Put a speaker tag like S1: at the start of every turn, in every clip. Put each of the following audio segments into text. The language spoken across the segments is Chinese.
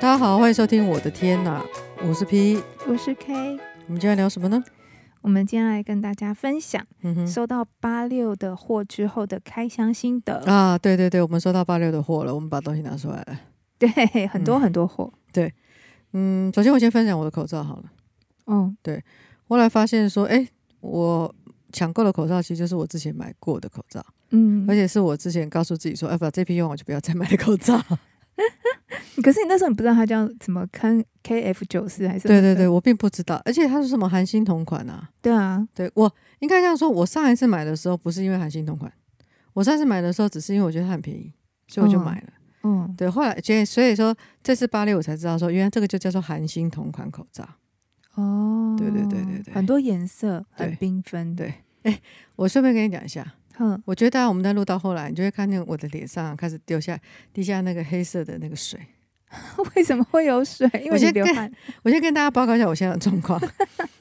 S1: 家好，欢迎收听《我的天哪》，我是 P。
S2: 我是 K，
S1: 我们今天聊什么呢？
S2: 我们今天来跟大家分享
S1: 嗯哼，
S2: 收到八六的货之后的开箱心得。
S1: 啊，对对对，我们收到八六的货了，我们把东西拿出来了。
S2: 对，很多很多货。
S1: 嗯，首先我先分享我的口罩好了。
S2: 哦，
S1: 后来发现说，哎，我抢购的口罩其实就是我之前买过的口罩，
S2: 嗯
S1: 而，且是我之前告诉自己说，哎，把这批用完我就不要再买的口罩。
S2: 可是你那时候你不知道它叫什么 K K F 九四还是什
S1: 对
S2: 么的？
S1: 对对，我并不知道，而且它是什么韩星同款啊？
S2: 对啊，
S1: 对我应该这样说，我上一次买的时候不是因为韩星同款，我上次买的时候只是因为我觉得它很便宜，所以我就
S2: 哦
S1: 买了。
S2: 嗯，
S1: 对，后来所以所以说这次八六我才知道说，原来这个就叫做韩星同款口罩。
S2: 哦，
S1: 对对对对对
S2: 很多颜色，很
S1: 对
S2: 缤纷。
S1: 对我顺便跟你讲一下，
S2: 哼，
S1: 我觉得、啊、我们在录到后来，你就会看见我的脸上、啊开始掉下滴下那个黑色的那个水。
S2: 为什么会有水？因为你
S1: 先
S2: 流
S1: 看
S2: 汗。
S1: 我先跟大家报告一下我现在的状况，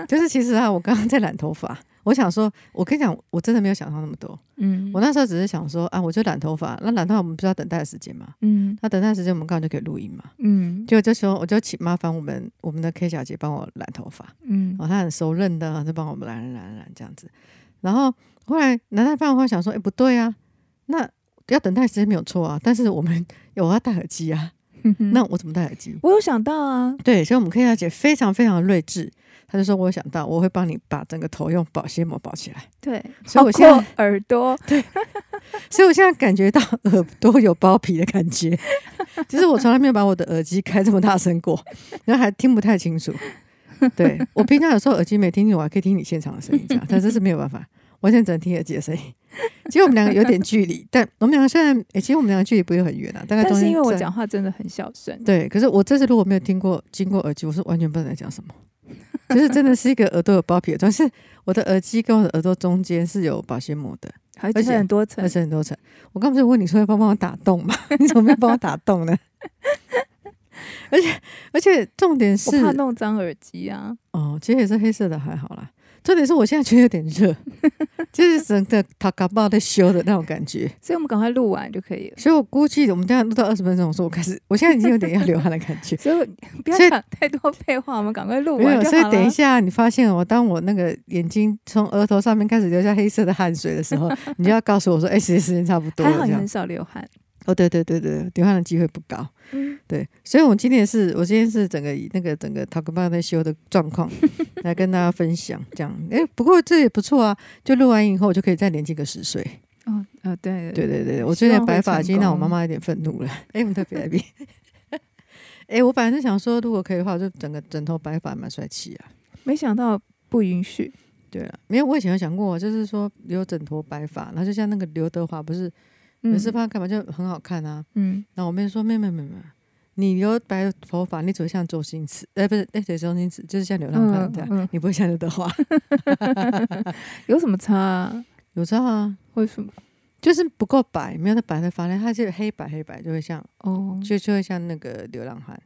S1: 就是其实啊，我刚刚在染头发，我想说，我跟你讲，我真的没有想到那么多，
S2: 嗯
S1: 我那时候只是想说啊，我就染头发，那染头发我们不是要等待的时间嘛，
S2: 嗯
S1: 那等待的时间我们刚好就可以录音嘛。
S2: 嗯
S1: 结果这时候我就请麻烦我们我们的 K 小姐帮我染头发，
S2: 嗯
S1: 哦，她很熟认的，就帮我们染染染染这样子。然后后来拿到办的话，想说，哎、不对啊，那要等待时间没有错啊，但是我们有我要戴耳机啊，
S2: 哼哼
S1: 那我怎么戴耳机？
S2: 我有想到啊，
S1: 对，所以我们 K 小姐非常非常睿智，她就说我有想到，我会帮你把整个头用保鲜膜包起来。
S2: 对，
S1: 所以我
S2: 包
S1: 现在
S2: 括耳朵，
S1: 所以我现在感觉到耳朵有包皮的感 觉，其实我从来没有把我的耳机开这么大声过，然后还听不太清楚。对我平常有时候耳机没听清，我还可以听你现场的 声音这样，但这是没有办法，我现在只能听耳机的声音。其实我们两个有点距离，但我们两个虽然，诶、其实我们两个距离不是很远啊，大概
S2: 但
S1: 中
S2: 是
S1: 间
S2: 因为我
S1: 在
S2: 讲话真的很小声。
S1: 对，可是我这次如果没有听过经过耳机，我是完全不知道在讲什么，就是真的是一个耳朵有包皮的状态，但是我的耳机跟我的耳朵中间是有保鲜膜的，
S2: 而
S1: 且
S2: 且很多层
S1: 而，且很多层。我刚不是问你说要帮帮我打洞吗？ 你怎么没有帮我打洞呢？ 而且而且重点
S2: 我
S1: 是
S2: 怕弄脏耳机啊。
S1: 哦，其实也是黑色的还好啦。重点是我现在觉得有点热， 就是整个塔卡巴在修的那种感 觉，
S2: 所以我们赶快录完就可以了。
S1: 所以我估计我们这样录到二十分钟的时候，我开始我现在已经有点要流汗的感觉。
S2: 所以不要
S1: 所以
S2: 讲太多废话， 我们赶快录
S1: 没
S2: 完
S1: 有，
S2: 就
S1: 所以
S2: 好
S1: 等
S2: 了
S1: 一。下，你发现我当我那个眼睛从额头上面开始流下黑色的汗水的时 候，你就要告诉我说：“哎、其实时间差不多
S2: 还
S1: 了。”
S2: 好
S1: 这
S2: 你
S1: 样
S2: 很少流汗。
S1: 哦，对对对对，流汗的机会不高。
S2: 嗯，
S1: 对，所以我今天是，我今天是整个以那个整个 Talk About 在修的状况来跟大家分享，这样。哎、不过这也不错啊，就录完以后我就可以再年轻个十岁。
S2: 哦，呃，对
S1: 对对对，我
S2: 希
S1: 最近的
S2: 望会
S1: 白发已
S2: 成
S1: 经让我妈
S2: 功
S1: 妈有点愤怒了。哎、我们特别来 宾。哎、我本来是想说，如果可以的话，我就整个整头白发蛮帅气啊。
S2: 没想到不允许。
S1: 对啊，没有，我以前有想过，就是说留整头白发，然后就像那个刘德华，不是
S2: 嗯
S1: 每次帮他干嘛就很好看啊。
S2: 嗯，
S1: 然后我妹说：“妹妹妹妹，你留白头发，你只会像周星驰，哎、不是，哎、对，周星驰就是像流浪汉
S2: 嗯
S1: 这样，
S2: 嗯，
S1: 你不会像刘德华。
S2: 有什么差啊？
S1: 有知道啊，
S2: 为什么？
S1: 就是不够白，没有那白的发量，它就黑白黑白，就会像
S2: 哦，
S1: 就就会像那个流浪汉，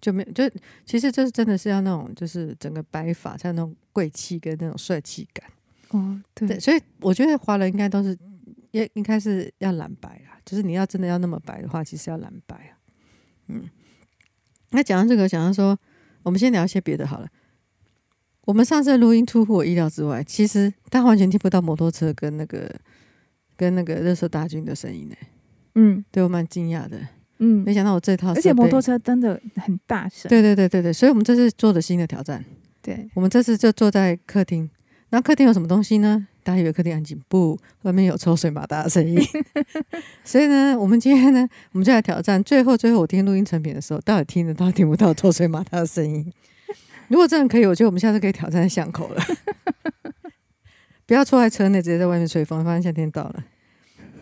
S1: 就没有就其实就是真的是要那种就是整个白发才有那种贵气跟那种帅气感。
S2: 哦，
S1: 对，
S2: 对，
S1: 所以我觉得华人应该都是也应该是要染白啦，就是你要真的要那么白的话，其实要染白啊。嗯，那讲到这个，讲到说，我们先聊一些别的好了。我们上次的录音出乎我意料之外，其实他完全听不到摩托车跟那个跟那个热色大军的声音呢、
S2: 嗯
S1: 对我蛮惊讶的。
S2: 嗯
S1: 没，想到我这套设备，
S2: 而且摩托车真的很大声。
S1: 对对对对对，所以我们这次做的新的挑战，
S2: 对，
S1: 我们这次就坐在客厅。那客厅有什么东西呢？大家以为客厅安静，不，外面有抽水马达的声音。 所以呢，我们今天呢，我们就来挑战。最后，最后我听录音成品的时候，到底听得到听不到抽水马达的声音？如果真的可以，我觉得我们下次可以挑战巷口了。 不要坐在车内，直接在外面吹风。反正夏天到了。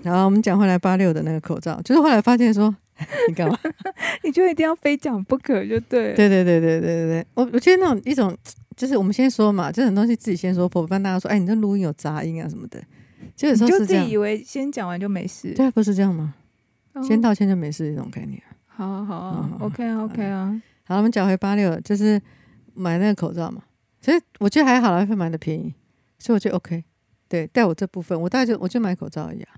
S1: 然后我们讲回来八六的那个口罩，就是后来发现说， 你干嘛？
S2: 你就一定要非讲不可，就对。，
S1: 对对对对对对对，我我觉得那种一种就是我们先说嘛，这种东西自己先说破，不然大家说，哎，你这录音有杂音啊什么的，就有时
S2: 你
S1: 候
S2: 就是自
S1: 这样
S2: 己以，为先讲完就没事。
S1: 对啊，不是这样吗？
S2: 哦
S1: 先道歉就没事这种概念。
S2: 好啊好啊
S1: 嗯嗯
S2: ，OK 啊 OK 啊，
S1: 好，我们讲回八六，就是买那个口罩嘛，其实我觉得还好啦，会买的便宜，所以我觉得 OK。对，带我这部分，我大概就我就买口罩而已啊，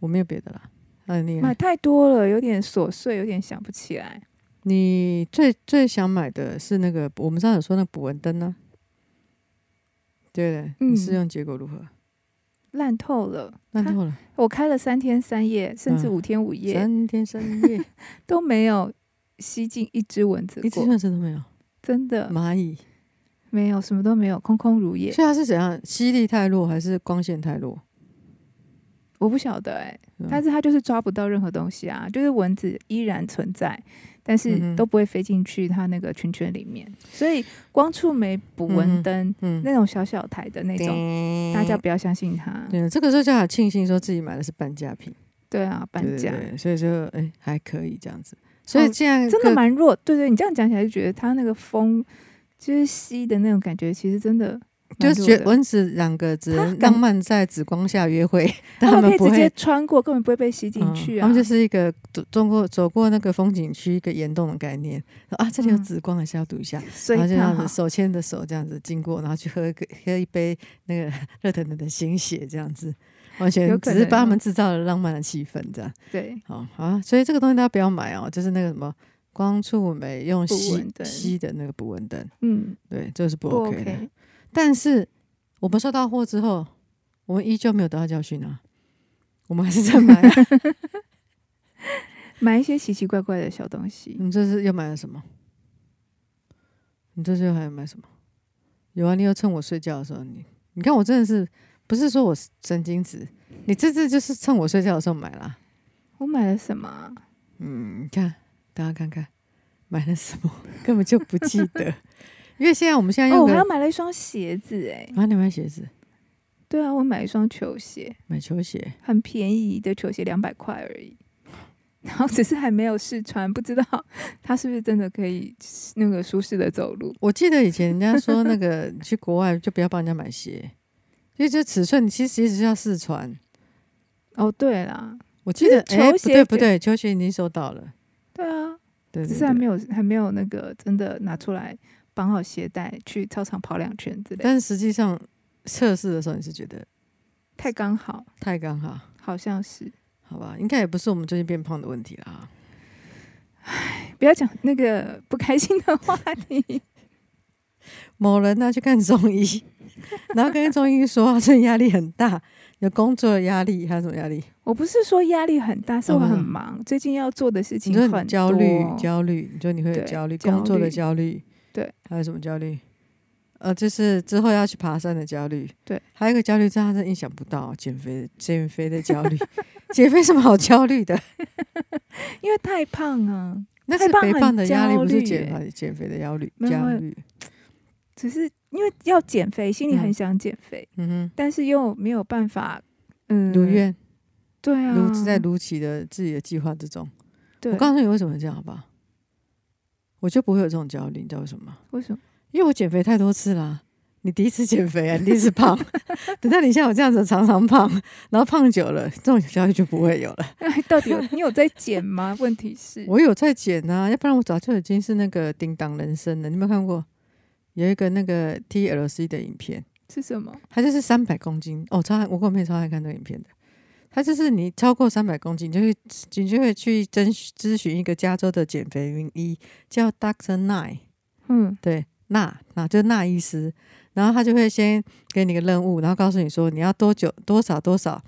S1: 我没有别的啦。啊，你呢
S2: 买太多了，有点琐碎，有点想不起来。
S1: 你最最想买的是那个，我们上次有说那捕蚊灯呢、对的，
S2: 嗯
S1: 你试用结果如何？
S2: 烂透了。
S1: 烂
S2: 它
S1: 透 了，
S2: 我开了三天三夜，甚至
S1: 嗯
S2: 五天五夜、
S1: 三天三 夜，
S2: 都没有吸进一只蚊子
S1: 一只
S2: 过，
S1: 蚊子都没有，
S2: 真的
S1: 蚂蚁。
S2: 没有，什么都没有，空空如也。
S1: 所以它是怎样？吸力太弱还是光线太弱？
S2: 我不晓得哎、
S1: 嗯
S2: 但是它就是抓不到任何东西啊，就是蚊子依然存在，但
S1: 嗯
S2: 是
S1: 哼
S2: 都不会飞进去它那个圈圈里面。所以光触媒捕
S1: 嗯
S2: 蚊
S1: 哼
S2: 灯、
S1: 嗯，
S2: 那种小小台的那种，大家不要相信它。
S1: 对，这个时候就很庆幸说自己买的是半价品，
S2: 对啊，搬
S1: 对对
S2: 家
S1: 对所以就哎、还可以这样子。所以
S2: 哦
S1: 这样、
S2: 真的？蛮弱。对对，你这样讲起来就觉得它那个风就是吸的那种感觉，其实真的蛮
S1: 就
S2: 弱的
S1: 是觉得蚊子两个只
S2: 它
S1: 能
S2: 感
S1: 浪漫在紫光下约会，但
S2: 它们可
S1: 们
S2: 以
S1: 不
S2: 直接
S1: 会
S2: 穿过，根本不会被吸进
S1: 嗯
S2: 去啊。
S1: 他们就是一个走中过走过那个风景区一个岩洞的概念啊，这里有
S2: 嗯
S1: 紫光，还是要读一下。
S2: 所以
S1: 然后就这
S2: 它
S1: 样
S2: 好
S1: 子手牵着手这样子经过，然后去喝一个喝一杯那个 热腾腾的鲜血，这样子完
S2: 有
S1: 全只
S2: 可
S1: 是
S2: 能
S1: 帮他
S2: 哦
S1: 们制造了浪漫的气氛，这样
S2: 对，
S1: 好好啊。所以这个东西大家不要买哦，就是那个什么光触媒用
S2: 捕
S1: 吸
S2: 蚊灯
S1: 吸的那个捕蚊灯，
S2: 嗯，
S1: 对，这个是不
S2: 不
S1: OK 的。但是我们收到货之后，我们依旧没有得到教训啊，我们还是在买、 啊。
S2: 买一些奇奇怪怪的小东西，
S1: 你这次又买了什么？你这次又还要买什么？有啊，你又趁我睡觉的时候，你你看我真的是不是说我是神经质？你这次就是趁我睡觉的时候买啦。
S2: 我买了什么啊？
S1: 嗯，你看大家看看买了什么，根本就不记得，因为现在我们现在
S2: 哦，
S1: 用
S2: 我
S1: 的
S2: 还要买了一双鞋子哎、
S1: 啊，你买鞋子，
S2: 对啊，我买一双球鞋，
S1: 买球鞋，
S2: 很便宜的球鞋，两百块而已。然后只是还没有试穿，不知道 它是不是真的可以那个舒适的走路。
S1: 我记得以前人家说那 个去国外就不要帮人家买鞋，因为这尺寸你其实也只是要试穿。
S2: 哦，对啦，
S1: 我记得
S2: 其实
S1: 哎、
S2: 球
S1: 不
S2: 鞋
S1: 对不
S2: 就
S1: 对，球鞋已经收到了，
S2: 对啊，
S1: 对
S2: 只
S1: 对
S2: 是还
S1: 对
S2: 没。有还没有那个真的拿出来绑好鞋带去操场跑两圈之类的，
S1: 但是实际上测试的时候，你是觉得
S2: 太刚好，
S1: 太刚好，
S2: 好像是。
S1: 好吧？应该也不是我们最近变胖的问题啦。啊
S2: 不要讲那个不开心的话题，
S1: 某人呢去看中医， 然后跟中医说他最近压力很大，有工作的压力，还有什么压力？
S2: 我不是说压力很大，是我
S1: 嗯
S2: 很忙，最近要做的事
S1: 你
S2: 情
S1: 说
S2: 很多
S1: 你焦虑，焦虑，你说你会有
S2: 对
S1: 焦虑，
S2: 焦
S1: 工作的
S2: 虑
S1: 焦虑，
S2: 对，
S1: 还有什么焦虑？呃，就是之后要去爬山的焦虑，
S2: 对，
S1: 还有一个焦虑，这他真的意想不到，减肥减肥的焦虑， 减肥什么好焦虑的？
S2: 因为太胖啊，
S1: 那
S2: 太
S1: 是
S2: 胖
S1: 肥
S2: 很
S1: 胖的压力，
S2: 焦
S1: 不是
S2: 虑
S1: 减
S2: 耶
S1: 肥减肥的焦虑
S2: 没有
S1: 焦
S2: 没有
S1: 虑。
S2: 只是因为要减肥，心里
S1: 嗯
S2: 很想减肥，
S1: 嗯哼。
S2: 但是又没有办法，嗯，
S1: 如，愿
S2: 对啊，
S1: 如在如期的自己的计划之中。
S2: 对，
S1: 我告诉你为什么会这样，好不好？我就不会有这种焦虑，你知道为什么吗？
S2: 为什么？
S1: 因为我减肥太多次啦、你第一次减肥啊，你第一次胖， 等到你像我这样子常常胖，然后胖久了，这种焦虑就不会有了。
S2: 到底有你有在减吗？问题是，
S1: 我有在减啊，要不然我早就已经是那个叮当人生了。你有没有看过？有一个那个 TLC 的影片，
S2: 是什么？
S1: 它就是三百公斤哦，超爱我跟我妹超爱看这个影片的。它就是你超过三百公斤，你就会你就会去征咨询一个加州的减肥名医，叫 Doctor Nye，
S2: 嗯，
S1: 对，那那就是那医师。然后他就会先给你个任务，然后告诉你说你要多久多少多少，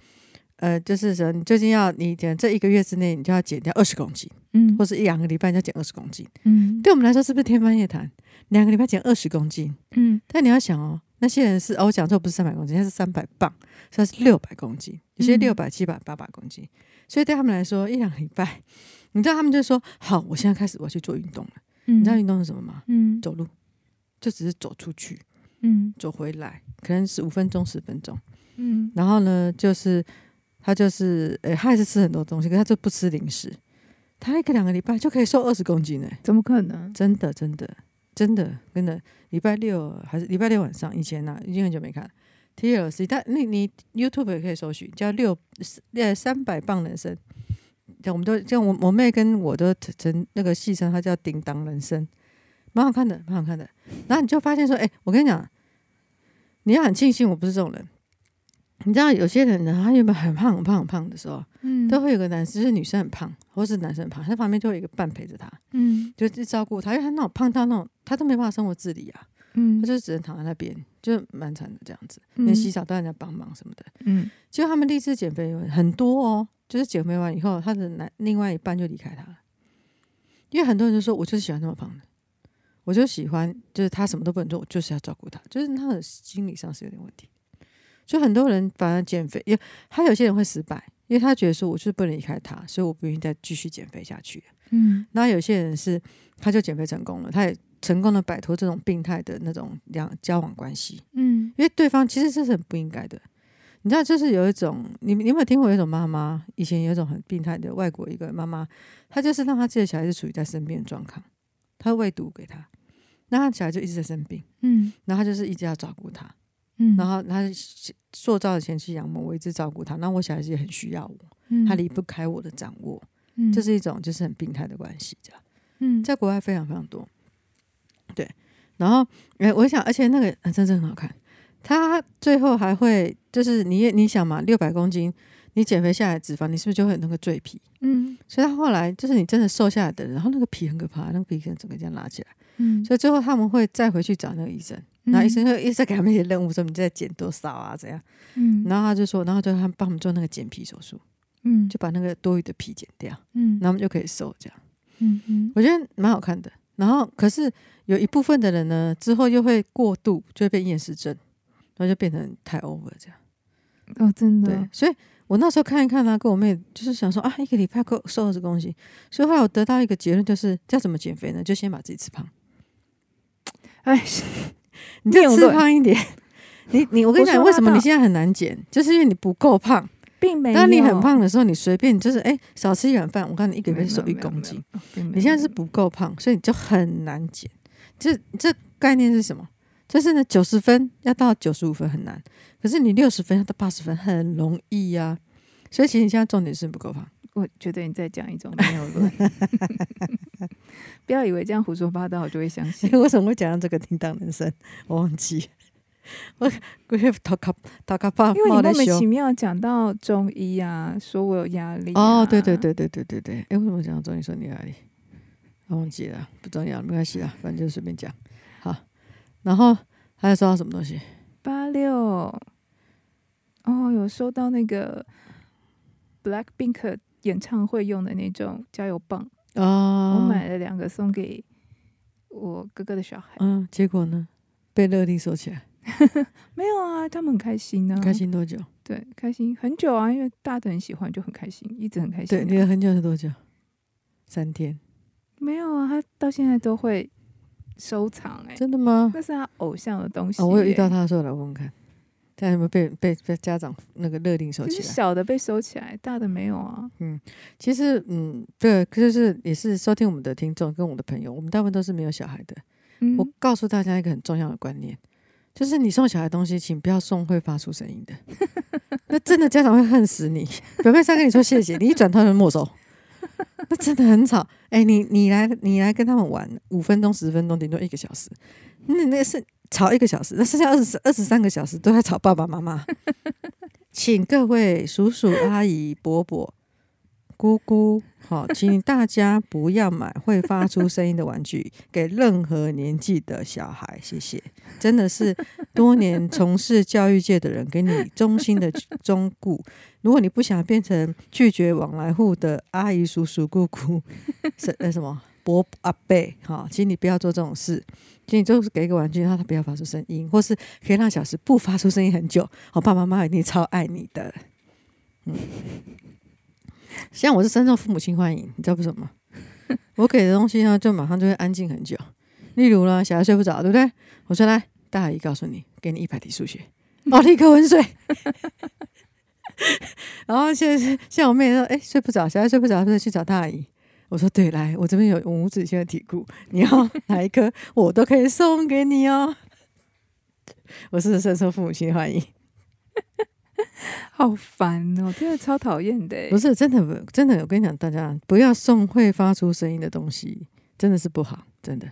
S1: 呃，就是说你最近要你减这一个月之内你就要减掉二十公斤，
S2: 嗯
S1: 或是一两个礼拜你就要减二十公斤。
S2: 嗯
S1: 对我们来说是不是天方夜谭？两个礼拜减二十公斤，
S2: 嗯
S1: 但你要想哦，那些人是哦，我讲错不是三百公斤，他是三百磅，所以他是六百公斤，有些
S2: 嗯
S1: 六百、七百、八百公斤，所以对他们来说一两个礼拜， 你知道他们就说好，我现在开始我要去做运动了。
S2: 嗯
S1: 你知道运动是什么吗？
S2: 嗯
S1: 走路，就只是走出去，
S2: 嗯
S1: 走回来，可能是五分钟、十分钟。
S2: 嗯
S1: 然后呢，就是他就是呃、他还是吃很多东西，可是他就不吃零食。他一个两个礼拜就可以瘦二十公斤呢、
S2: 怎么可能？
S1: 真的，真的，真的，真的，礼拜六还是礼拜六晚上，以前呐、啊已经很久没看 TLC，但那你 YouTube 也可以搜寻，叫六呃三百磅人生。对，我们都像我我妹跟我都成那个戏称，她叫“叮当人生”，蛮好看的，蛮好看的。然后你就发现说，哎、我跟你讲，你要很庆幸我不是这种人，你知道有些人呢，他原本很胖很胖很胖的时候，
S2: 嗯，
S1: 都会有个男生，就是女生很胖，或是男生很胖，他旁边就有一个伴陪着他，
S2: 嗯
S1: 就是照顾他，因为他那种胖到那种，他都没办法生活自理啊，
S2: 嗯
S1: 他就只能躺在那边，就蛮惨的这样子，
S2: 嗯
S1: 连洗澡都要人家帮忙什么的。
S2: 嗯
S1: 结果他们励志减肥很多哦，就是减肥完以后，他的男另外一半就离开他了，因为很多人就说，我就是喜欢那么胖的，我就喜欢，就是他什么都不能做，我就是要照顾他，就是他的心理上是有点问题。所以很多人反而减肥，也还有些人会失败，因为他觉得说，我就是不能离开他，所以我不愿意再继续减肥下去。
S2: 嗯
S1: 然后有些人是，他就减肥成功了，他也成功的摆脱这种病态的那种两交往关系。
S2: 嗯
S1: 因为对方其实这是很不应该的。你知道，就是有一种，你你有没有听过有一种妈妈，以前有一种很病态的外国一个妈妈，她就是让她自己的小孩子处于在生病的状况，她喂毒给他，那她小孩就一直在生病，
S2: 嗯
S1: 然后她就是一直要照顾他，
S2: 嗯，
S1: 然后她塑造的前妻养母，我一直照顾他，那我小孩子也很需要我，他离不开我的掌握，
S2: 嗯，
S1: 这是一种就是很病态的关系，这样。
S2: 嗯
S1: 在国外非常非常多。对，然后哎、呃我想，而且那个、呃真的很好看。它最后还会就是你也你想嘛，六百公斤，你减肥下来脂肪，你是不是就会有那个赘皮？
S2: 嗯
S1: 所以他后来就是你真的瘦下来的人，然后那个皮很可怕，那个皮可能整个这样拉起来。
S2: 嗯，
S1: 所以最后他们会再回去找那个医生，然后医生就一直在给他们一些任务，说你再减多少啊，怎样？
S2: 嗯，
S1: 然后他就说，然后就他们帮我们做那个减皮手术，
S2: 嗯
S1: 就把那个多余的皮减掉，
S2: 嗯
S1: 然后我们就可以瘦这样。
S2: 嗯嗯
S1: 我觉得蛮好看的。然后，可是有一部分的人呢，之后又会过度，就会变厌食症，然后就变成太 over 这样。
S2: 哦，真
S1: 对，
S2: 的，
S1: 所以我那时候看一看呢、跟我妹就是想说啊，一个礼拜够瘦二十公斤。所以后来我得到一个结论，就是要怎么减肥呢？就先把自己吃胖，
S2: 哎，
S1: 你就
S2: 谬
S1: 吃
S2: 论
S1: 胖一点。 你你， 我跟你啊讲，
S2: 胡说
S1: 为
S2: 八
S1: 什么
S2: 道
S1: 你现在很难减，就是因为你不够胖。
S2: 并没有，
S1: 当哎你很胖的时候，你随便就是哎、少吃一碗饭，我看你一个
S2: 没有，
S1: 礼拜就瘦
S2: 没
S1: 一
S2: 有没有
S1: 公斤。
S2: 没有并没
S1: 你现在
S2: 有
S1: 是不够胖，所以你就很难减。这这概念是什么？就是呢，九十分要到九十五分很难，可是你六十分要到八十分很容易呀、所以其实你现在重点是不够胖，
S2: 我觉得你在讲 一种没有论，不要以为这样胡说八道，我就会相
S1: 所
S2: 信
S1: 以。为什么会讲到这个叮当人生？我忘记，我我也讨卡讨卡胖，
S2: 因为你
S1: 冒
S2: 莫
S1: 得
S2: 名
S1: 羞
S2: 其妙讲到中医啊，说我有压力、啊
S1: 哦，对对，对对对对对，哎，为什么讲到中医说你哪里？我忘记了，不重要，没关系啦，反正就随便讲。好，然后还有说到什么东西？
S2: 八六，哦，有收到那个 Blackpink 演唱会用的那种加油棒，
S1: 哦，
S2: 我买了两个送给我哥哥的小孩。
S1: 嗯，结果呢？被勒令收起来，
S2: 没有啊，他们很开心啊，
S1: 你开，心多久？
S2: 对，开心很久啊，因为大的很喜欢，就很开心，一直很开心
S1: 对，
S2: 啊、
S1: 你的很久是多久？三天，
S2: 没有啊，他到现在都会收藏、欸，哎，
S1: 真的吗？
S2: 那是他偶像的东西、
S1: 哦，我有遇到
S2: 欸，
S1: 他的时候来问问看，他有没有被被被家长那个勒令收
S2: 就
S1: 起
S2: 是
S1: 来？
S2: 小的被收起来，大的没有啊。
S1: 其实，嗯，对，就是也是收听我们的听众跟我的朋友，我们大部分都是没有小孩的。
S2: 嗯，
S1: 我告诉大家一个很重要的观念，就是你送小孩东西，请不要送会发出声音的，那真的家长会恨死你。表面上跟你说谢谢，你一转头就没收，那真的很吵。哎、你你来你来跟他们玩五分钟、十分钟，顶多一个小时，那那是吵一个小时，那剩下二十二十三个小时都在吵爸爸妈妈。请各位叔叔、阿姨、伯伯、姑姑，好，请大家不要买会发出声音的玩具给任何年纪的小孩， 谢谢。真的是多年从事教育界的人给你衷心的忠顾。如果你不想变成拒绝往来户的阿姨、叔叔、姑姑， 什呃什么伯阿伯，哈，请你不要做这种事。请你就是给一个玩具，让他不要发出声音，或是可以让小时不发出声音很久。好，爸爸妈妈一定超爱你的。嗯， 像我是深受父母亲欢迎，你知道为什么吗？我给的东西呢，就马上就会安静很久。例如呢，小孩睡不着，对不对？我说来，大姨告诉你，给你一百题数学，哦，立刻昏睡。 然后现在是像我妹说，哎、睡不着，小孩睡不着，是不是去找大姨？我说对，来，我这边有五指仙的题库，你要哪一颗，我都可以送给你哦。我是深受父母亲欢迎，
S2: 好烦哦，真的超讨厌的、欸。
S1: 不是真的不真的，我跟你讲，大家不要送会发出声音的东西，真的是不好，真的。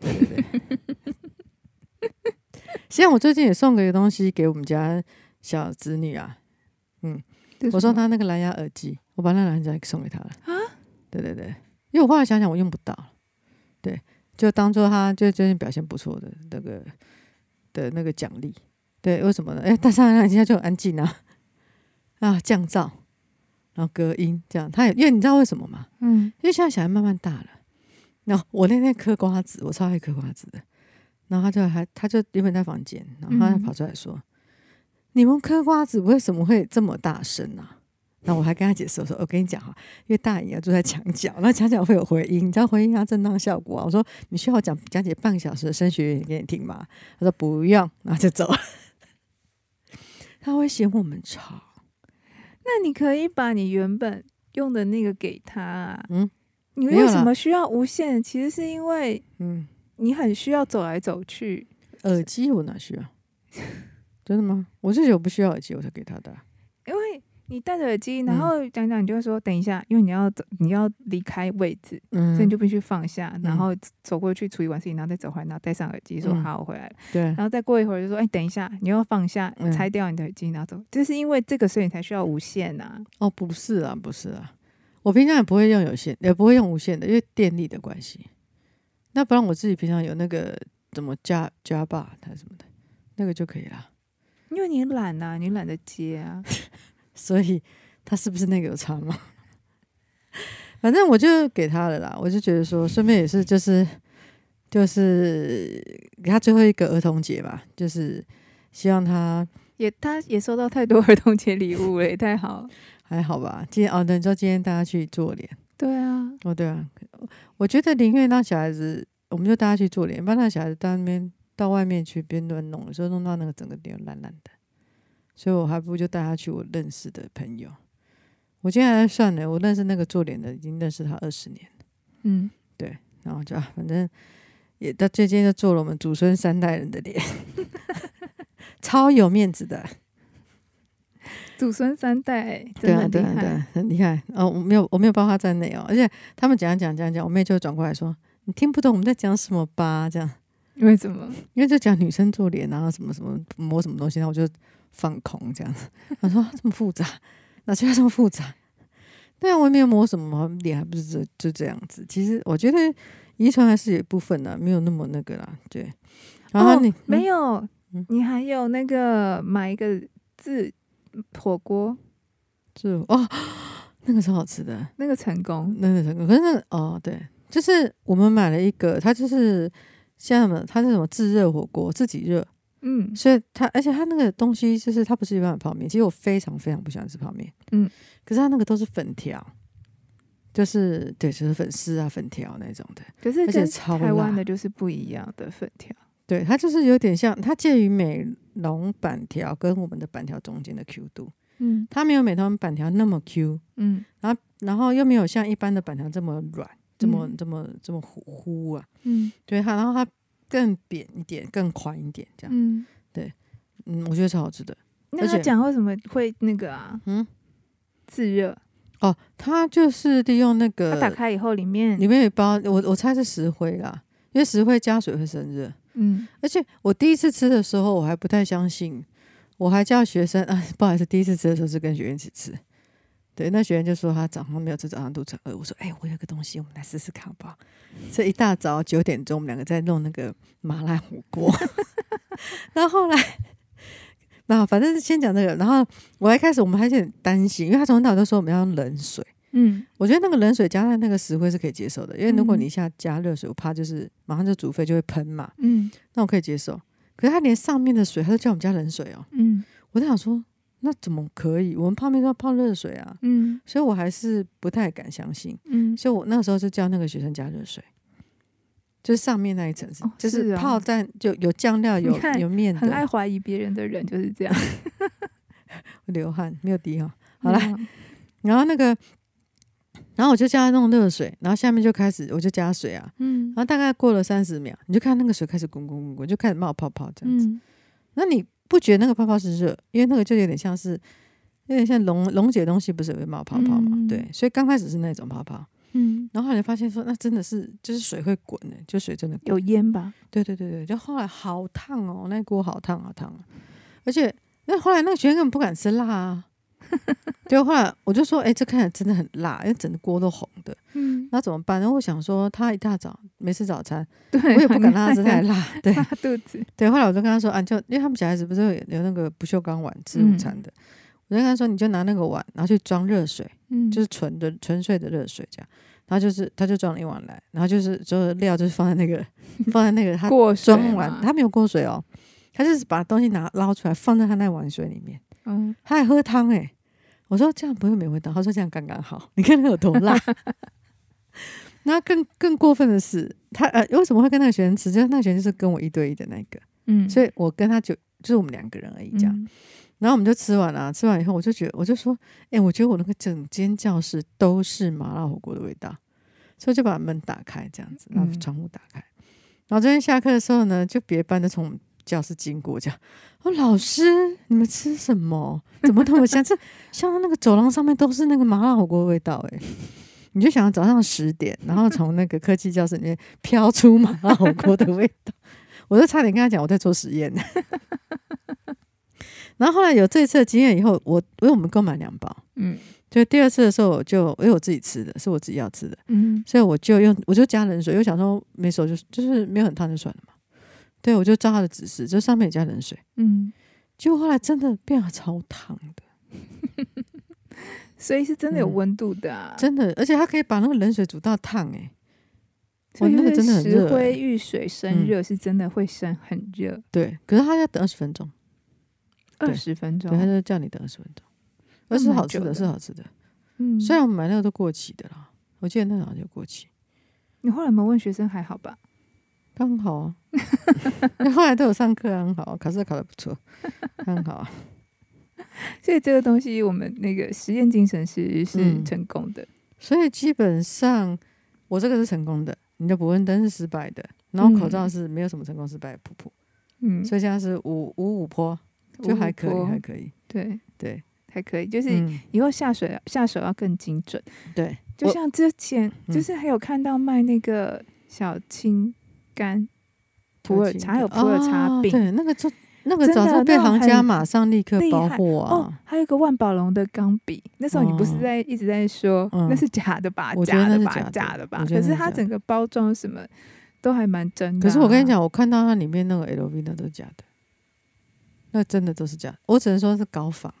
S1: 对 对对。像我最近也送了一个东西给我们家小侄女啊，
S2: 这是
S1: 我
S2: 什
S1: 说
S2: 么
S1: 她那个蓝牙耳机，我把那蓝牙耳机送给她了啊。对对对，因为我后来想想，我用不到，对，就当做她就最近表现不错的那个的那个奖励。对，为什么呢？哎，戴上蓝牙耳机她就很安静啊，啊，降噪，然后隔音，这样。她也因为你知道为什么吗？
S2: 嗯，
S1: 因为现在小孩慢慢大了。然后我那天嗑瓜子，我超爱嗑瓜子的。然后他就还，他就原本在房间，然后他就
S2: 嗯
S1: 跑出来说：“你们嗑瓜子为什么会这么大声啊？”那我还跟他解释，我说：“我跟你讲哈，因为大姨啊住在墙角，那墙角会有回音，你知道回音它震荡效果啊。”我说：“你需要我讲讲解半个小时的声学原理给你听吗？”他说：“不用。”然后就走了。 他会嫌我们吵，
S2: 那你可以把你原本用的那个给他、啊，
S1: 嗯，
S2: 你
S1: 没有
S2: 为
S1: 啦
S2: 什么需要无线？其实是因为
S1: 嗯，
S2: 你很需要走来走去，
S1: 耳机我哪需要？ 真的吗？我是觉得我不需要耳机，我才给他的啊、
S2: 因为你戴着耳机，
S1: 嗯
S2: 然后讲讲你就会说等一下，因为你要走，你要离开位置，
S1: 嗯
S2: 所以你就必须放下，
S1: 嗯
S2: 然后走过去处理完事情，然后再走回来，然后戴上耳机说
S1: 嗯
S2: 好，我回来了，
S1: 对
S2: 然后再过一会儿就说哎，等一下，你要放下
S1: 嗯，
S2: 拆掉你的耳机，然后走，就是因为这个，所以你才需要无线呐。
S1: 哦，不是啊，不是啊，我平常也不会用有线，也不会用无线的，因为电力的关系。那不然我自己平常有那个怎么加加霸它什么的，那个就可以啦。
S2: 因为你懒呐、你懒得接啊。
S1: 所以他是不是那个有差吗？ 反正我就给他了啦，我就觉得说，顺便也是就是就是给他最后一个儿童节吧，就是希望他
S2: 也，他也收到太多儿童节礼物了，也太好了。
S1: 还好吧。今天哦，等于说今天大家去做脸
S2: 对啊，
S1: 哦，对啊，我觉得宁愿让小孩子，我们就大家去做脸，不然让小孩子到那边到外面去边乱弄，有时候弄到那个整个脸烂烂的。所以我还不如就带他去我认识的朋友。我今天还在算呢，我认识那个做脸的，已经认识他二十年，
S2: 嗯，
S1: 然后就、啊、反正也到最近就做了我们祖孙三代人的脸， 超有面子的。
S2: 祖孙三代
S1: 对
S2: 真
S1: 啊，对
S2: 的很厉
S1: 啊，
S2: 害。
S1: 对啊，很厉害。哦，我没有，我没有包括在内哦。而且他们讲一讲讲一讲，我妹就转过来说：“你听不懂我们在讲什么吧？”这样，
S2: 为什么？
S1: 因为就讲女生做脸，然啊后什么什么摸什么东西，然后我就放空这样子。我说这么复杂，哪需要这么复杂？对啊，我也没有摸什么，脸还不是这就这样子。其实我觉得遗传还是有一部分的，啊没有那么那个啦。对，然后你、
S2: 哦、没有
S1: 嗯，
S2: 你还有那个买一个自火锅
S1: 就哦， 那个超好吃的。
S2: 那个成功，
S1: 那个成功，可是那个哦，对，就是我们买了一个，它就是像什么，它是什么自热火锅，自己热，
S2: 嗯
S1: 所以它而且它那个东西就是它不是一般的泡面，其实我非常非常不喜欢吃泡面，
S2: 嗯，
S1: 可是它那个都是粉条，就是对，就是粉丝啊粉条那种的，
S2: 可是
S1: 而且
S2: 跟
S1: 超
S2: 台湾
S1: 辣
S2: 的就是不一样的粉条，
S1: 对，它就是有点像，它介于美容板条跟我们的板条中间的 Q 度，
S2: 嗯
S1: 它没有美容板条那么 Q，
S2: 嗯
S1: 然后又没有像一般的板条这么软，这么、
S2: 嗯
S1: 这么这么糊糊啊。
S2: 嗯
S1: 对它，然后它更扁一点，更宽一点，这样，
S2: 嗯。
S1: 嗯，我觉得超好吃的。
S2: 那
S1: 而
S2: 他
S1: 且
S2: 讲为什么会那个啊？
S1: 嗯，
S2: 自热，
S1: 哦，它就是利用那
S2: 它打
S1: 个
S2: 开以后里面
S1: 里，面有一包，我我猜是石灰啦，因为石灰加水会生热。
S2: 嗯，
S1: 而且我第一次吃的时候，我还不太相信，我还叫学生啊，不好意思，第一次吃的时候是跟学员一起吃。对，那学员就说他早上没有吃，早上肚子很饿。我说，哎、我有个东西，我们来试试看好不好？所以一大早九点钟，我们两个在弄那个麻辣火锅。 然后后来， 那反正是先讲这个。然后我一开始我们还有点担心，因为他从头到尾都说我们要用冷水。
S2: 嗯，
S1: 我觉得那个冷水加上那个石灰是可以接受的，因为如果
S2: 嗯
S1: 你一下加热水，我怕就是马上就煮沸就会喷嘛。
S2: 嗯，
S1: 那我可以接受。可是他连上面的水，他都叫我们加冷水哦。
S2: 嗯，
S1: 我在想说，那怎么可以？我们泡面都要泡热水啊，
S2: 嗯，
S1: 所以我还是不太敢相信。
S2: 嗯，
S1: 所以我那时候就叫那个学生加热水，就是上面那一层是，
S2: 哦
S1: 就是是
S2: 啊
S1: 泡在就有酱料、有
S2: 你看
S1: 有面
S2: 很爱
S1: 的，
S2: 怀疑别人的人就是这样。
S1: 流汗没有滴哈。好啦，
S2: 嗯，
S1: 然后那个，然后我就叫他弄热水，然后下面就开始我就加水啊，
S2: 嗯
S1: 然，后大概过了三十秒，你就看那个水开始滚滚滚滚，就开始冒泡泡这样子。
S2: 嗯，
S1: 那你不觉得那个泡泡是热？因为那个就有点像是，有点像溶溶解的东西，不是也会冒泡泡嘛？
S2: 嗯
S1: 对，所以刚开始是那种泡泡，
S2: 嗯，
S1: 然后后来发现说，那真的是就是水会滚的、就水真的滚。
S2: 有烟吧？
S1: 啊对对对对，就后来好烫哦，那锅好烫好烫、啊，而且那后来那个学生根本不敢吃辣啊。对，后来我就说，哎、这看起来真的很辣，因为整个锅都红的，
S2: 嗯，
S1: 那怎么办？然后我想说，他一大早没吃早餐，
S2: 对，
S1: 我也不敢让他吃太辣。对
S2: 拉肚子，
S1: 对，后来我就跟他说，啊，你就因为他们小孩子不是有有那个不锈钢碗吃
S2: 嗯
S1: 午餐的，我就跟他说，你就拿那个碗，然后去装热水，
S2: 嗯，
S1: 就是纯的纯粹的热水这样。然后就是他就装了一碗来，然后就是就是料就是放在那 个放在那个他
S2: 过水
S1: 装完，
S2: 嘛
S1: 他没有过水哦，他就是把东西拿捞出来放在他那碗水里面，
S2: 嗯，
S1: 他还喝汤哎、我说这样不会没味道，他说这样刚刚好，你看他有多辣。 那更更过分的是，他呃为什么会跟那个学生吃？就是那个学生就是跟我一对一的那个，
S2: 嗯，
S1: 所
S2: 以
S1: 以我跟他就就是我们两个人而已这样。，
S2: 嗯
S1: 然后我们就吃完了、吃完以后我就觉得，我就说，哎、我觉得我那个整间教室都是麻辣火锅的味道，所以就把门打开这样子，然后
S2: 嗯
S1: 窗户打开。然后昨天下课的时候呢，就别班的从我们教室经过，这样，哦，老师，你们吃什么？怎么那么香？这像 那个走廊上面都是那个麻辣火锅的味道、哎。你就想早上十点，然后从那个科技教室里面飘出麻辣火锅的味道， 我就差点跟他讲我在做实验。然后后来有这次的经验以后，我因为我们购买两包，
S2: 嗯
S1: 就第二次的时候我就因为我自己吃的是我自己要吃的，
S2: 嗯，
S1: 所以我就用我就加冷水，因为想说没熟就就是没有很烫就算了嘛。对，我就照他的指示，就上面也加冷水，
S2: 嗯，
S1: 结果后来真的变得超烫的，
S2: 所以是真的有
S1: 嗯
S2: 温度的啊，
S1: 真的，而且它可以把那个冷水煮到烫欸诶、
S2: 所以
S1: 哇那个
S2: 就
S1: 真
S2: 是
S1: 的很
S2: 石
S1: 热
S2: 灰
S1: 欸
S2: 遇水
S1: 嗯
S2: 生热是真的会生很热，
S1: 对，可是它要等二十分钟，对
S2: 二十分
S1: 对，他
S2: 钟，
S1: 就叫你等二十分钟，
S2: 哦那
S1: 而是
S2: 蛮
S1: 好吃
S2: 久
S1: 的，
S2: 的
S1: 是好吃的。
S2: 嗯，
S1: 虽然我们买那个都过期的啦，我记得那个好像就过期，
S2: 你后来有没有问学生还好吧？
S1: 刚好啊， 因为后来都有上课啊，很好啊，考试考得不错，很好啊。
S2: 所以这个东西我们那个实验精神是是
S1: 嗯
S2: 成功的，
S1: 所以基本上我这个是成功的，你的补温灯是失败的，然后口罩
S2: 嗯
S1: 是没有什么成功失败的普普，
S2: 嗯，
S1: 所以现在是五五五坡，就还可以，
S2: 无
S1: 还
S2: 波
S1: 可以，
S2: 对，
S1: 对，
S2: 还可以，就是
S1: 嗯，
S2: 以后下水下手要更精准。
S1: 对，
S2: 就
S1: 我
S2: 像之前，
S1: 嗯
S2: 就是还有看到卖那个小青柑普洱茶，还有普洱茶
S1: 哦
S2: 饼
S1: 对，那个就那个
S2: 真的
S1: 早上被
S2: 那种
S1: 行家
S2: 很
S1: 马上立刻
S2: 厉
S1: 包
S2: 害
S1: 货
S2: 哦
S1: 啊，，
S2: 还有一个万宝龙的钢笔。那时候你不是
S1: 哦
S2: 在一直在说
S1: 嗯
S2: 那是假的吧
S1: 我，觉得
S2: 假
S1: 那
S2: 的
S1: 是假
S2: 吧，
S1: 的
S2: 假的吧
S1: 我？觉得
S2: 可是
S1: 那是
S2: 它
S1: 假的
S2: 整个包装什么都还蛮真的。啊
S1: 可是我跟你，讲，我看到它里面那个 LV 那都是假的，那真的都是假的，我只能说是搞仿，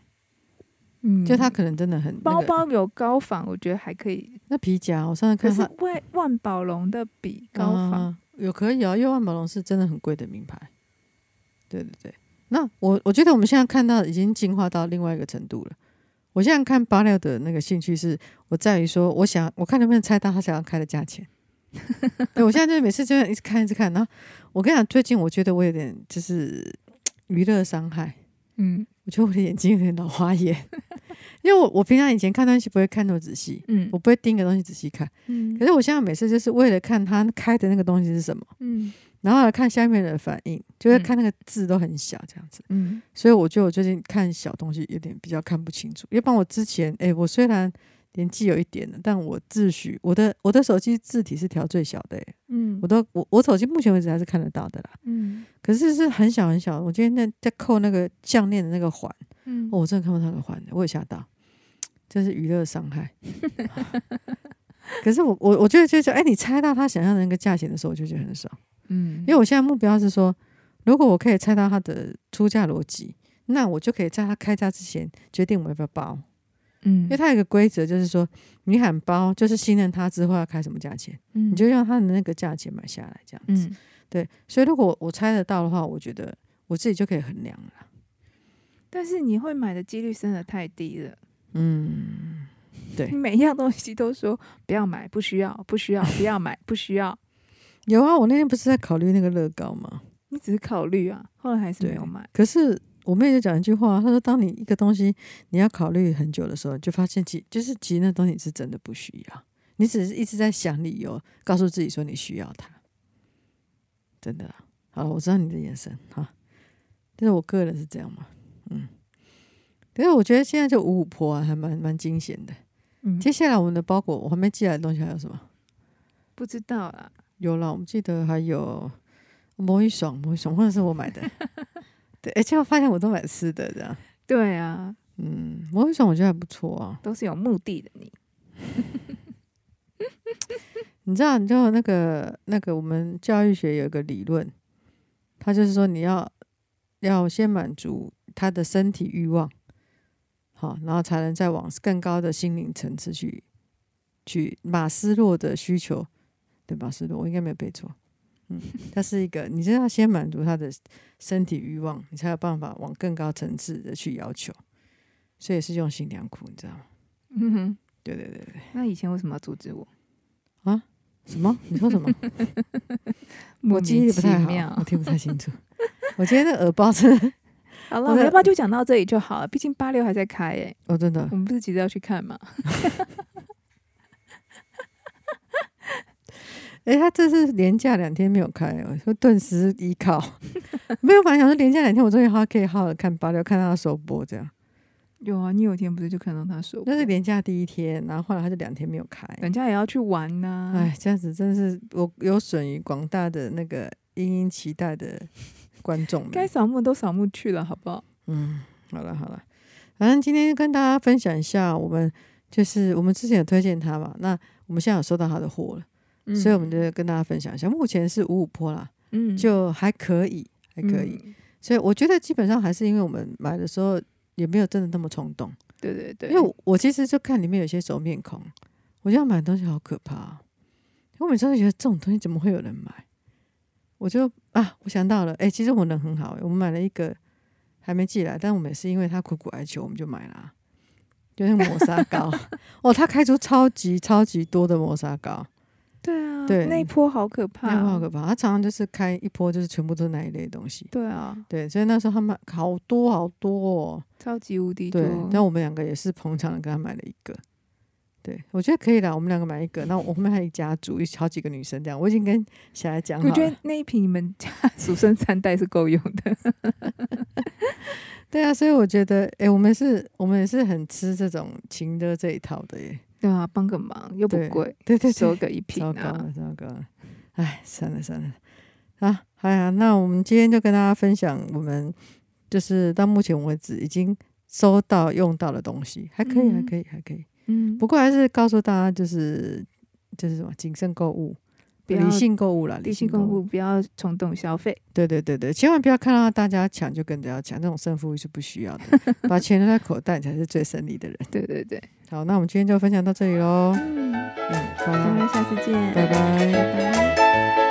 S2: 嗯
S1: 就它可能真的很那
S2: 包
S1: 个
S2: 包有高仿，我觉得还可以。
S1: 那皮夹，我上次
S2: 可
S1: 看
S2: 是
S1: 它
S2: 万万宝龙的比高仿，
S1: 啊有可以啊，因为万宝龙是真的很贵的名牌。对对对，那我我觉得我们现在看到已经进化到另外一个程度了。我现在看八六的那个兴趣是，我在于说，我想我看能不能猜到他想要开的价 钱。对，我现在就是每次就一直看一直看，然后我跟你讲，最近我觉得我有点就是娱乐伤害，
S2: 嗯
S1: 我觉得我的眼睛有点老花眼，因为我我平常以前看东西不会看那么仔细，
S2: 嗯
S1: 我不会盯一个东西仔细看，
S2: 嗯
S1: 可是我现在每次就是为了看他开的那个东西是什么，
S2: 嗯
S1: 然后来看下面的反应，就是
S2: 嗯
S1: 看那个字都很小这样子。
S2: 嗯
S1: 所以我觉得我最近看小东西有点比较看不清楚。要不然我之前，诶，我虽然年纪有一点了，但我自诩我的我的手机字体是调最小的、诶，
S2: 嗯
S1: 我都我我手机目前为止还是看得到的啦。
S2: 嗯
S1: 可是是很小很小。我今天在在扣那个项链的那个环，
S2: 嗯
S1: 哦，我真的看不到那个环，我也吓到，这是娱乐伤 害。可是我我我觉得就是，哎、你猜到他想要的那个价钱的时候，我就觉得很爽。
S2: 嗯，
S1: 因为我现在目标是说，如果我可以猜到它的出价逻辑，那我就可以在它开价之前决定我要不要包。
S2: 嗯
S1: 因为它有一个规则，就是说你喊包，就是信任他之后要开什么价钱，
S2: 你
S1: 你就用他的那个价钱买下来，这样子。
S2: 嗯
S1: 对，所以如果我猜得到的话，我觉得我自己就可以衡量了。
S2: 但是你会买的几率真的太低了。
S1: 嗯，对
S2: 你 每一样东西都说不要买，不需要，不需要，不要买，不需要。
S1: 有啊，我那天不是在考虑那个乐高吗？
S2: 你只是考虑啊，后来还是没有
S1: 对
S2: 买。
S1: 可是我妹就讲一句话，她说：“当你一个东西你要考虑很久的时候，你就发现其就是其实那东西是真的不需要，你只是一直在想理由，告诉自己说你需要它。真的啦，好了，我知道你的眼神哈，但是我个人是这样嘛，嗯。可是我觉得现在就五五坡啊，还蛮蛮惊险的。
S2: 嗯，
S1: 接下来我们的包裹，我还没寄来的东西还有什么？
S2: 不知道啊啦。
S1: 有了，我们记得还有魔芋爽，魔芋爽，或者是我买的。对，而且我发现我都买吃的这样。
S2: 对啊，
S1: 嗯，某一种我觉得还不错啊。
S2: 都是有目的的你。
S1: 你知道，你知道那个那个我们教育学有一个理论，它就是说你要要先满足他的身体欲望，好，然后才能再往更高的心灵层次去去马斯洛的需求，对马斯洛，我应该没有背错。嗯，它是一个，你真的要先满足他的身体欲望，你才有办法往更高层次的去要求，所以是用心良苦，你知道吗？
S2: 嗯哼，
S1: 对对对对，
S2: 那以前为什么要阻止我？
S1: 什么？你说什么？
S2: 莫
S1: 我记忆
S2: 名
S1: 力不
S2: 其
S1: 太
S2: 妙
S1: 好，我。听不太清楚。 我今天的耳包真的，
S2: 好
S1: 我
S2: 了，我
S1: 的
S2: 们要不要就讲到这里就好了？毕竟八六还在开 诶、
S1: 我哦真的
S2: 我们不是急着要去看吗？
S1: 哎、他这次连假两天没有开，我说顿时依靠。 没有，反正想说连假两天，我终于好可以好好地看八六，看他的首播这样。
S2: 有啊，你有一天不是就看到他说，
S1: 那是连假第一天，然后后来他就两天没有开。
S2: 人家也要去玩呐、
S1: 哎，这样子真的是我有损于广大的那个殷殷期待的观众们。
S2: 该扫墓都扫墓去了，好不好？
S1: 嗯，好了好了，反正今天跟大家分享一下，我们就是我们之前有推荐他嘛，那我们现在有收到他的货了。所以我们就跟大家分享一下，目前是五五坡啦，
S2: 嗯
S1: 就还可以，还可以。，
S2: 嗯
S1: 所以我觉得基本上还是因为我们买的时候也没有真的那么冲动，
S2: 对对对，
S1: 因为我我其实就看里面有些熟面孔，我觉得买的东西好可怕、啊，我每次都觉得这种东西怎么会有人买？我就啊，我想到了，哎、其实我人很好、我们买了一个还没寄来，但我们也是因为他苦苦哀求，我们就买了啊、就是磨砂 膏哦，他开出超级超级多的磨砂膏，
S2: 对啊，
S1: 对
S2: 那一波好可怕，
S1: 那好可怕。他常常就是开一波，就是全部都是那一类的东西。
S2: 对啊，
S1: 对，所以那时候他买好多好多、哦，
S2: 超级无敌多
S1: 对。，但我们两个也是捧场的，跟他买了一个。对，我觉得可以啦，我们两个买一个。那我后面还有一家族，有好几个女生这样。我已经跟小孩讲好
S2: 我觉
S1: 了
S2: 得。那一瓶你们家 祖孙三代是够用的，
S1: 对啊，所以我觉得，哎、我们是，我们也是很吃这种情的这一套的耶。
S2: 对啊，帮个忙又不
S1: 对
S2: 贵，
S1: 对对
S2: 收
S1: 对，
S2: 个一瓶
S1: 糟糕
S2: 啊，
S1: 了，糟糕了。哎，算了算了，啊，哎呀，那我们今天就跟大家分享我们就是到目前为止已经收到用到的东西，还可以，还
S2: 嗯
S1: 可以，还可以。
S2: 嗯，
S1: 不过还是告诉大家，就是就是什么谨慎购物，
S2: 不要
S1: 理性购物啦，
S2: 理
S1: 理性
S2: 性购
S1: 购
S2: 物
S1: 物。
S2: 不要冲动消费，
S1: 对对对对，千万不要看到大家抢就跟着要抢，这种胜负欲是不需要 的，把钱留在口袋你才是最省力的人。
S2: 对对对，
S1: 好，那我们今天就分享到这里喽，
S2: 嗯，
S1: 嗯，
S2: 大
S1: 拜
S2: 家下次见，
S1: 拜拜。
S2: 拜拜